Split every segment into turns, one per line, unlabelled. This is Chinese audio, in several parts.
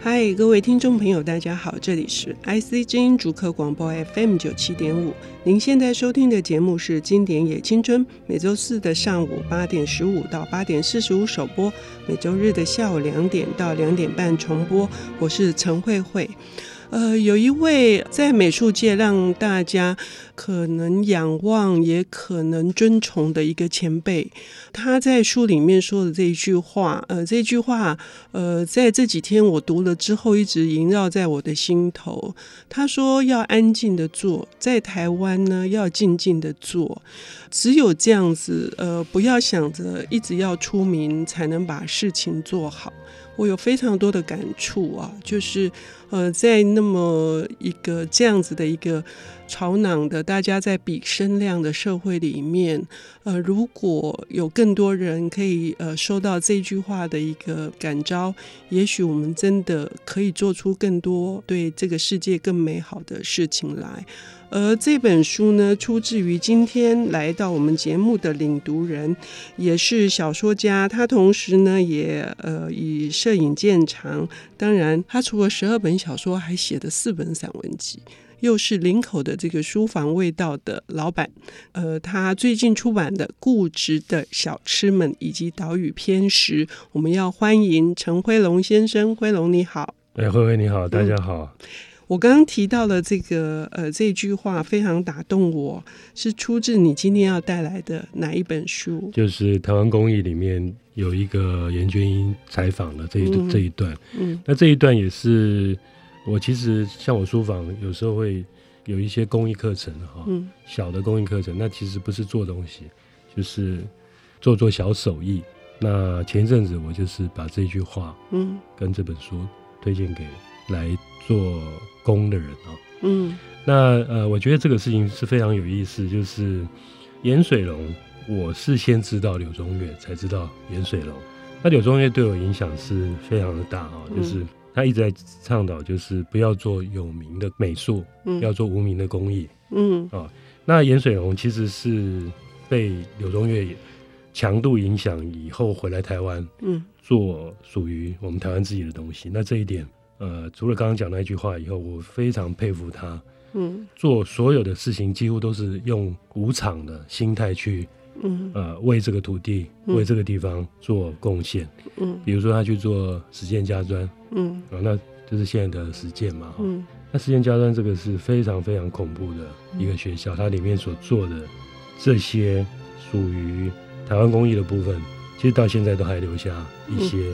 嗨，各位听众朋友，大家好，这里是 IC 之音主客广播 FM 九七点五。您现在收听的节目是《经典也青春》，每周四的上午八点十五到八点四十五首播，每周日的下午两点到两点半重播。我是陈慧慧。呃，有一位在美术界让大家可能仰望，也可能尊崇的一个前辈，他在书里面说的这一句话，呃，这句话，呃，在这几天我读了之后，一直萦绕在我的心头。他说要安静的做，在台湾呢要静静的做，只有这样子，呃，不要想着一直要出名才能把事情做好。我有非常多的感触啊，就是呃，在那么一个这样子的一个吵嚷的、大家在比声量的社会里面，呃，如果有更多人可以呃受到这句话的一个感召，也许我们真的可以做出更多对这个世界更美好的事情来。而这本书呢，出自于今天来到我们节目的领读人，也是小说家。他同时呢，也呃以摄影见长。当然，他除了十二本小说，还写的四本散文集。又是林口的这个书房味道的老板，呃，他最近出版的《固执的小吃们》以及《岛屿偏食》，我们要欢迎陈辉龙先生。辉龙你好，
哎，慧慧你好，大
嗯
家好。
我刚刚提到了这个呃这句话非常打动我，是出自你今天要带来的哪一本书？
就是台湾公益里面有一个严君英采访的这一、
嗯
这一段，
嗯
那这一段也是我其实像我书房有时候会有一些公益课程哈、
嗯
小的公益课程，那其实不是做东西，就是做做小手艺。那前一阵子我就是把这句话
嗯
跟这本书推荐给来做工的人啊、
嗯
那呃，我觉得这个事情是非常有意思，就是盐水龙，我是先知道柳宗悦，才知道盐水龙。那柳宗悦对我影响是非常的大啊、
嗯
就是他一直在倡导，就是不要做有名的美术，要
嗯
做无名的工艺。
嗯
那盐水龙其实是被柳宗悦强度影响以后回来台湾，
嗯
做属于我们台湾自己的东西。那这一点，呃，除了刚刚讲那一句话以后，我非常佩服他。
嗯
做所有的事情几乎都是用无偿的心态去，
嗯
呃，为这个土地、
嗯
为这个地方做贡献。
嗯
比如说他去做实践家专
嗯
啊，那就是现在的实践嘛。哈、
嗯
那实践家专这个是非常非常恐怖的一个学校，它里面所做的这些属于台湾公益的部分，其实到现在都还留下
嗯
一些、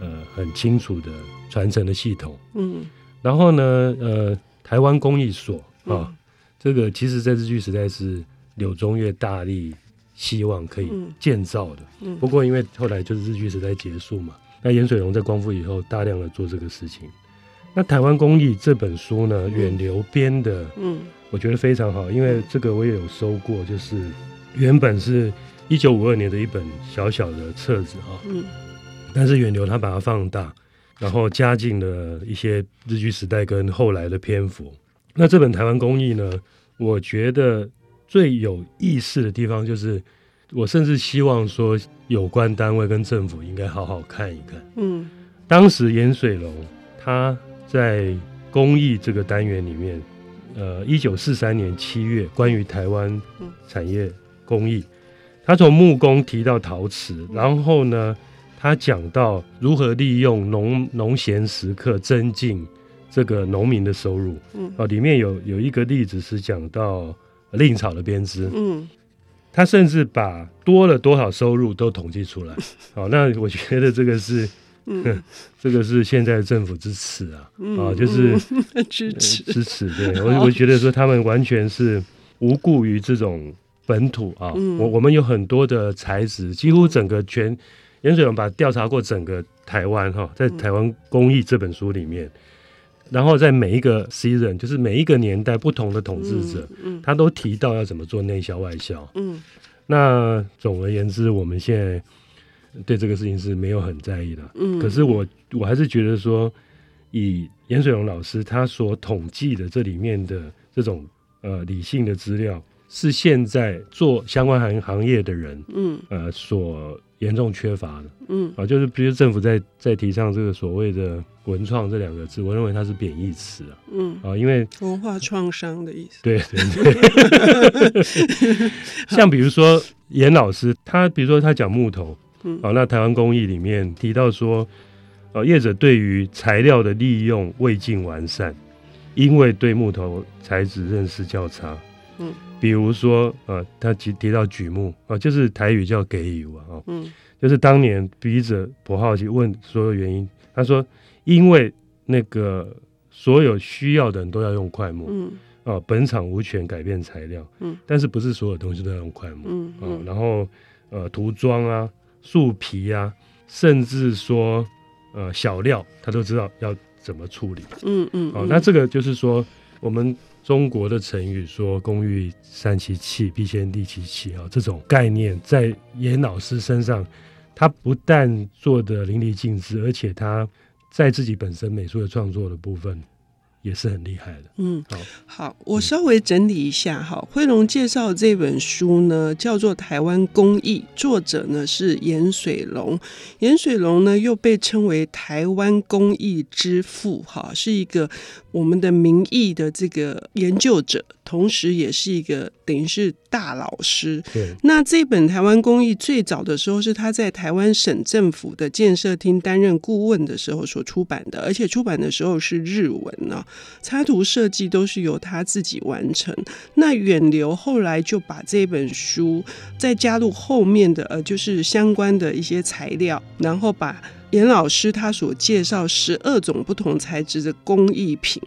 呃很清楚的传承的系统。
嗯
然后呢，呃，台湾公益所啊。
嗯
这个其实在日据时代是柳宗悦大力希望可以
嗯
建造的，
嗯
不过因为后来就是日据时代结束嘛，那盐水龙在光复以后大量的做这个事情。那《台湾公益》这本书呢，远流编的，
嗯
我觉得非常好，因为这个我也有收过，就是原本是一九五二年的一本小小的册子啊哈、
嗯
但是远流他把它放大，然后加进了一些日据时代跟后来的篇幅。那这本《台湾公益》呢，我觉得最有意思的地方就是，我甚至希望说，有关单位跟政府应该好好看一看。
嗯
当时盐水龙他在公益这个单元里面，呃，一九四三年七月，关于台湾
嗯
产业工艺，他从木工提到陶瓷，然后呢，他讲到如何利用农农闲时刻增进这个农民的收入。
嗯
哦，里面有有一个例子是讲到令草的编织，
嗯
他甚至把多了多少收入都统计 出来。好、那我觉得这个是
嗯
这个是现在政府之耻啊，
嗯
啊，就是、
支
呃
持，
之耻。 对我
好，
我觉得说他们完全是无顾于这种本土啊。
嗯
我我们有很多的材质，几乎整个全严水龙把调查过整个台湾哈，在
嗯
《台湾工艺》这本书里面，然后在每一个 season，就是每一个年代不同的统治者，
嗯
他都提到要怎么做内销外销。
嗯
那总而言之，我们现在对这个事情是没有很在意的。
嗯，
可是我我还是觉得说，以严水龙老师他所统计的这里面的这种呃理性的资料，是现在做相关行行业的人
嗯
呃所严重缺乏的
嗯
啊，就是比如政府在在提倡这个所谓的“文创”这两个字，我认为它是贬义词啊
嗯，
啊，因为
文化创伤的意思。
对对对， 像比如说严老师，他比如说他讲木头，哦
嗯
好、那台湾工艺里面提到说，呃，业者对于材料的利用未尽完善，因为对木头材质认识较差。
嗯，
比如说，呃，他提提到榉木啊、就是台语叫给予啊，哦
嗯
就是当年笔者博好奇问所有原因，他说因为那个所有需要的人都要用快木，
嗯
啊，本厂无权改变材料，
嗯
但是不是所有东西都要用快木，
嗯
啊，
嗯
然后呃，涂装啊、树皮啊，甚至说呃小料，他都知道要怎么处理，
嗯嗯，
啊，
嗯
那这个就是说我们中国的成语说“工欲善其器，必先利其器”啊，这种概念在严老师身上，他不但做的淋漓尽致，而且他在自己本身美术的创作的部分也是很厉害的。
嗯
好，
好，我稍微整理一下哈。惠龙介绍这本书呢，叫做《台湾工艺》，作者呢是严水龙。严水龙呢又被称为台湾工艺之父，哈，是一个我们的民艺的这个研究者，同时也是一个等于是大老师。
对，
那这本台湾公益最早的时候是他在台湾省政府的建设厅担任顾问的时候所出版的，而且出版的时候是日文啊，插图设计都是由他自己完成。那远流后来就把这本书再加入后面的呃，就是相关的一些材料，然后把。严老师他所介绍十二种不同材质的工艺品，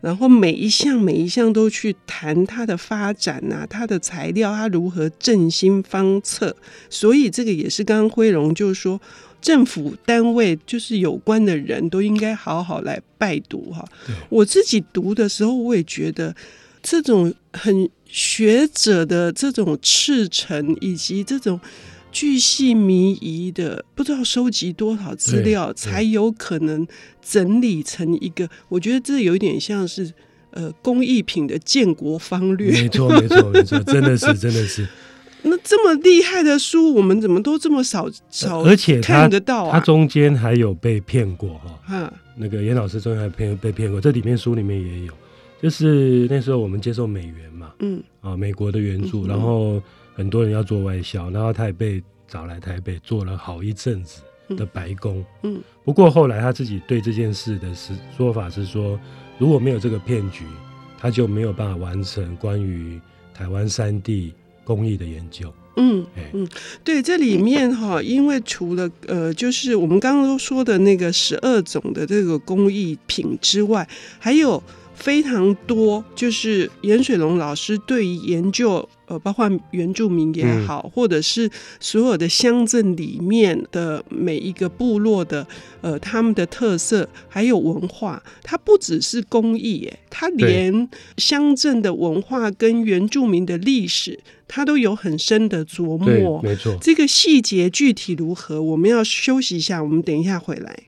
然后每一项每一项都去谈它的发展啊，它的材料，它如何振兴方策。所以这个也是刚刚辉荣就说，政府单位就是有关的人都应该好好来拜读哈。我自己读的时候，我也觉得这种很学者的这种赤诚，以及这种。巨细靡遗的，不知道收集多少资料，
对对
才哎有可能整理成一个。我觉得这有点像是呃工艺品的建国方略。
没错，没错，没错，真的 是，真的是，
那这么厉害的书，我们怎么都这么少少
呃而且他
看得到
他
啊？
中间还有被骗过哈、
啊，
那个严老师中间还骗被骗过，这里面书里面也有，就是那时候我们接受美元嘛，
嗯
啊，美国的援助，
嗯
然后很多人要做外销，然后他也被找来台北做了好一阵子的白宫。
嗯嗯
不过后来他自己对这件事的是说法是说，如果没有这个骗局，他就没有办法完成关于台湾山地工艺的研究。
嗯
哎
嗯，对，这里面哈，因为除了呃，就是我们刚刚都说的那个十二种的这个工艺品之外，还有非常多，就是严水龙老师对于研究。呃，包括原住民也
嗯
好，或者是所有的乡镇里面的每一个部落的呃他们的特色，还有文化，它不只是工艺，耶，它
对
连乡镇的文化跟原住民的历史，它都有很深的琢
对，
磨。
没错。
这个细节具体如何，我们要休息一下，我们等一下回来。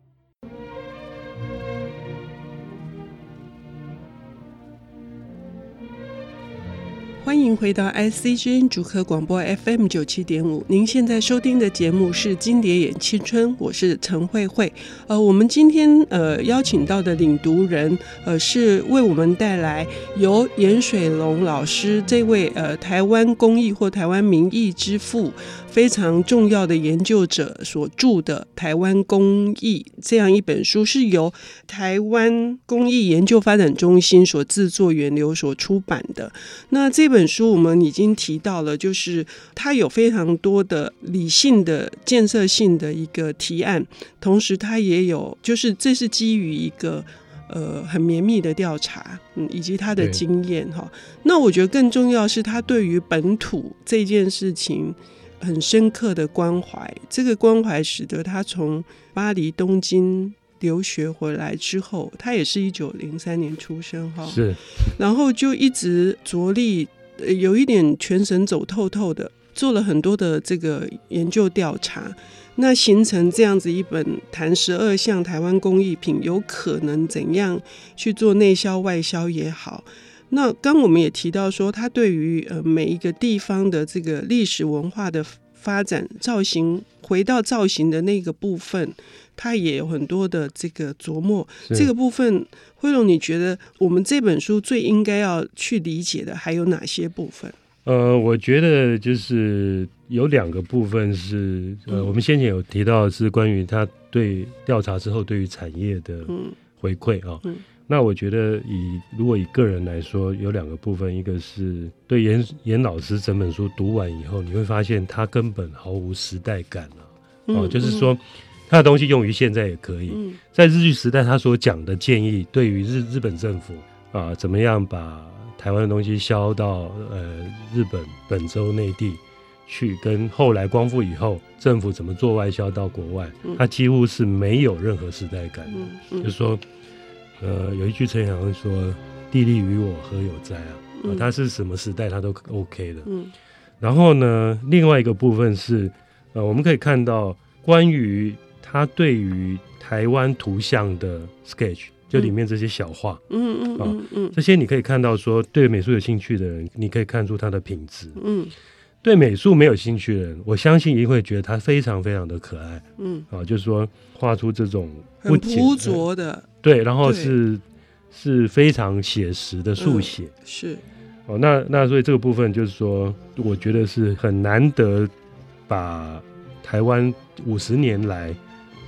欢迎回到 ICGN 主客广播 FM 九七点五，您现在收听的节目是《经典演青春》，我是陈慧慧。呃，我们今天呃邀请到的领读人，呃是为我们带来由严水龙老师这位呃台湾公益或台湾民意之父非常重要的研究者所著的《台湾公益》这样一本书，是由台湾公益研究发展中心所制作、源流所出版的。那这本书我们已经提到了，就是它有非常多的理性的、建设性的一个提案，同时它也有，就是这是基于一个呃很绵密的调查，嗯，以及他的
对
经验哈。那我觉得更重要是他对于本土这件事情很深刻的关怀，这个关怀使得他从巴黎、东京。留学回来之后，他也是一九零三年出生哈，
是，
然后就一直着力，呃有一点全神走透透的，做了很多的这个研究调查，那形成这样子一本谈十二项台湾工艺品有可能怎样去做内销外销也好。那刚我们也提到说，他对于呃每一个地方的这个历史文化的发展造型，回到造型的那个部分，它也有很多的这个琢磨。
是
这个部分，辉龙，你觉得我们这本书最应该要去理解的还有哪些部分？
呃，我觉得就是有两个部分是呃，
嗯
我们先前有提到是关于他对调查之后对于产业的
嗯
回馈啊、
嗯
那我觉得以如果以个人来说，有两个部分，一个是对严严老师整本书读完以后，你会发现他根本毫无时代感啊，哦，
嗯，
就是说他的东西用于现在也可以，
嗯，
在日据时代，他所讲的建议，对于日日本政府啊、怎么样把台湾的东西销到呃日本本州内地去，跟后来光复以后政府怎么做外销到国外
嗯，
他几乎是没有任何时代感的。
嗯嗯
就是说，呃，有一句成语好像说“地利与我何有哉”啊，啊
嗯
他是什么时代他都 OK 的。
嗯
然后呢，另外一个部分是，呃，我们可以看到关于他对于台湾图像的 sketch，就里面这些小画，
嗯嗯嗯嗯
哦这些你可以看到说，对美术有兴趣的人，你可以看出它的品质；
嗯
对美术没有兴趣的人，我相信一定会觉得它非常非常的可爱
嗯，
啊，就是说画出这种
很
简
朴拙的，
对，然后
对嗯
是是非常写实的速写。
是
哦，那那所以这个部分就是说，我觉得是很难得把台湾五十年来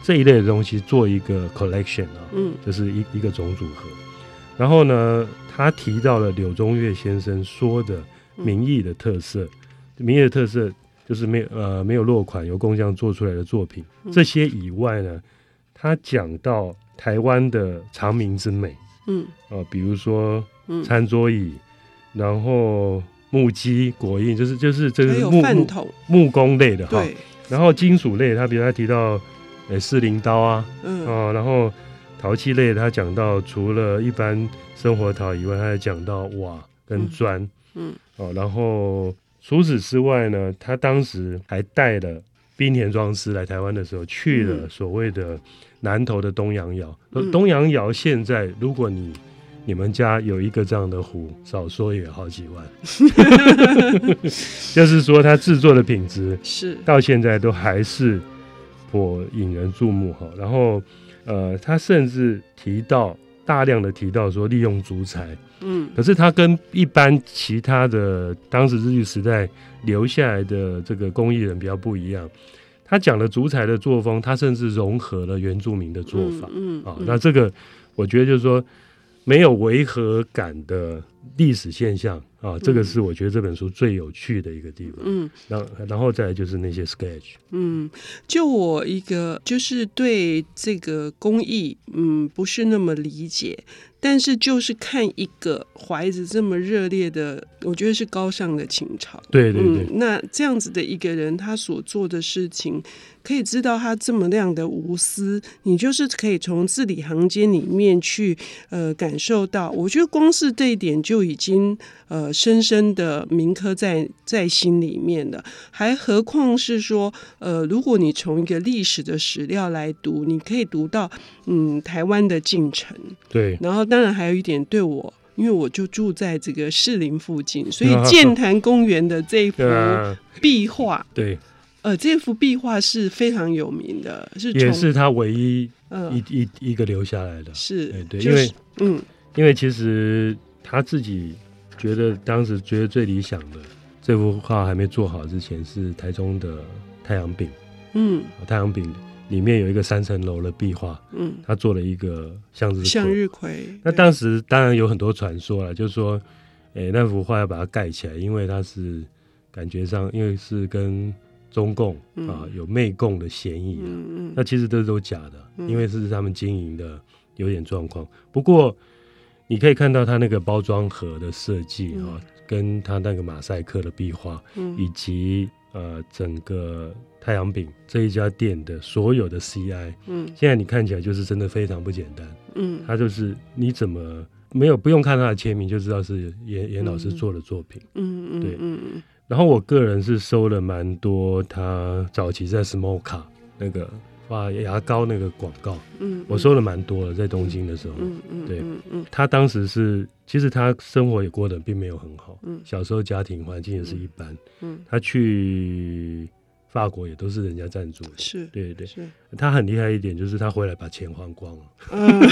这一类的东西做一个 collection 啊、
嗯
就是一一个总组合。然后呢，他提到了柳宗悦先生说的
嗯
民意的特色，民意的特色就是没有呃没有落款，由工匠做出来的作品。
嗯
这些以外呢，他讲到台湾的长明之美
嗯
啊、呃比如说
嗯，
餐桌椅，然后木屐、果印，就是就是这
还
是
有
木
饭
木
桶，
木工类的哈。
对，
然后金属类，他比如他提到呃四零刀啊，
嗯
哦，然后陶器类他讲到除了一般生活陶以外，他还讲到瓦跟
嗯
砖、
嗯
哦，然后除此之外呢，他当时还带了。冰田庄司来台湾的时候，去了
嗯
所谓的南投的东洋窑。呃
嗯
东洋窑现在，如果你你们家有一个这样的壶，少说也有好几 万。就是说，它制作的品质
是，
到现在都还是颇引人注目哈。然后，呃，他甚至提到大量的提到说利用竹材，
嗯
可是他跟一般其他的当时日据时代留下来的这个工艺人比较不一样。他讲的竹材的作风，他甚至融合了原住民的做法
嗯
啊、那这个我觉得就是说没有违和感的历史现象啊，这个
嗯
是我觉得这本书最有趣的一个地方。
嗯
然后然后再来就是那些 sketch，
嗯，就我一个就是对这个工艺，嗯，不是那么理解，但是就是看一个怀着这么热烈的，我觉得是高尚的情操。
对对对，
嗯，那这样子的一个人，他所做的事情，可以知道他这么样的无私，你就是可以从字里行间里面去呃感受到。我觉得光是这一点就已经呃深深的铭刻在在心里面了，还何况是说呃，如果你从一个历史的史料来读，你可以读到嗯台湾的进程。
对
然后当然还有一点对我，因为我就住在这个士林附近， 所以剑潭公园的这一幅
对啊，
壁画，
对，
呃，这幅壁画是非常有名的，是
也
从
是他唯一
嗯、
一一一个留下来的，
是
哎对
就
因为
是嗯
因为其实他自己觉得当时觉得最理想的这幅画还没做好之前是台中的太阳饼，
嗯
啊太阳饼里面有一个三层楼的壁画，
嗯
他做了一个向日葵
向日葵，
那
对
当时当然有很多传说了，就是说，诶、那幅画要把它盖起来，因为它是感觉上，因为是跟中共
嗯
啊、有媚共的嫌疑、啊。
嗯
那
嗯
其实这都假的，
嗯
因为是他们经营的有点状况。不过你可以看到它那个包装盒的设计啊
嗯，
跟它那个马赛克的壁画，
嗯
以及呃整个太阳饼这一家店的所有的 CI，
嗯
现在你看起来就是真的非常不简单。
嗯
他就是你怎么没有不用看他的签名就知道是严严老师
嗯
做的作品。
嗯
对
嗯嗯
然后我个人是收了蛮多他早期在 Smoka 那个画牙膏那个广告，
嗯，
我收了蛮多了，在东京的时候。
嗯嗯
对
嗯嗯
他当时是，其实他生活也过得并没有很好，
嗯
小时候家庭环境也是一般。
嗯
他去法国也都是人家赞助的。
是
对对，
是，
他很厉害一点，就是他回来把钱还光了。
嗯，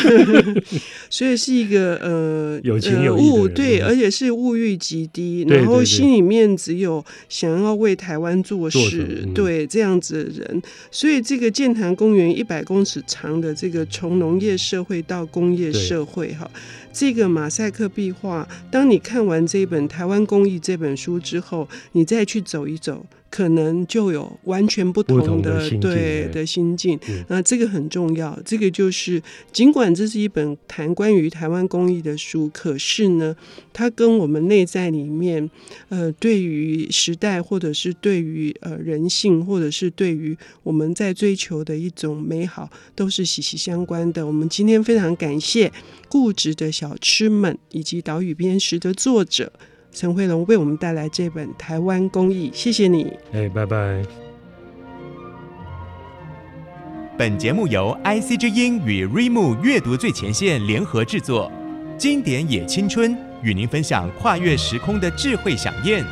所以是一个呃
有情
呃
有义的
物
人
对，
嗯
而且是物欲极低，
对
然后
对对
心里面只有想要为台湾做
做
事，
什么嗯
对这样子的人，所以这个建潭公园一百公尺长的这个从农业社会到工业
对
社会哈，这个马赛克壁画，当你看完这本《台湾工艺》这本书之后，你再去走一走。可能就有完全不
不
同
同
的
的心境
对
对
的心境，
嗯
那这个很重要。这个就是，尽管这是一本谈关于台湾工艺的书，可是呢，它跟我们内在里面，呃，对于时代，或者是对于呃人性，或者是对于我们在追求的一种美好，都是息息相关的。我们今天非常感谢固执的小吃们以及岛屿边食的作者陈慧龙为我们带来这本《台湾工艺》，谢谢你。
哎，拜拜。
本节目由 IC 之音与 Reimu 阅读最前线联合制作，经典也青春与您分享跨越时空的智慧飨宴，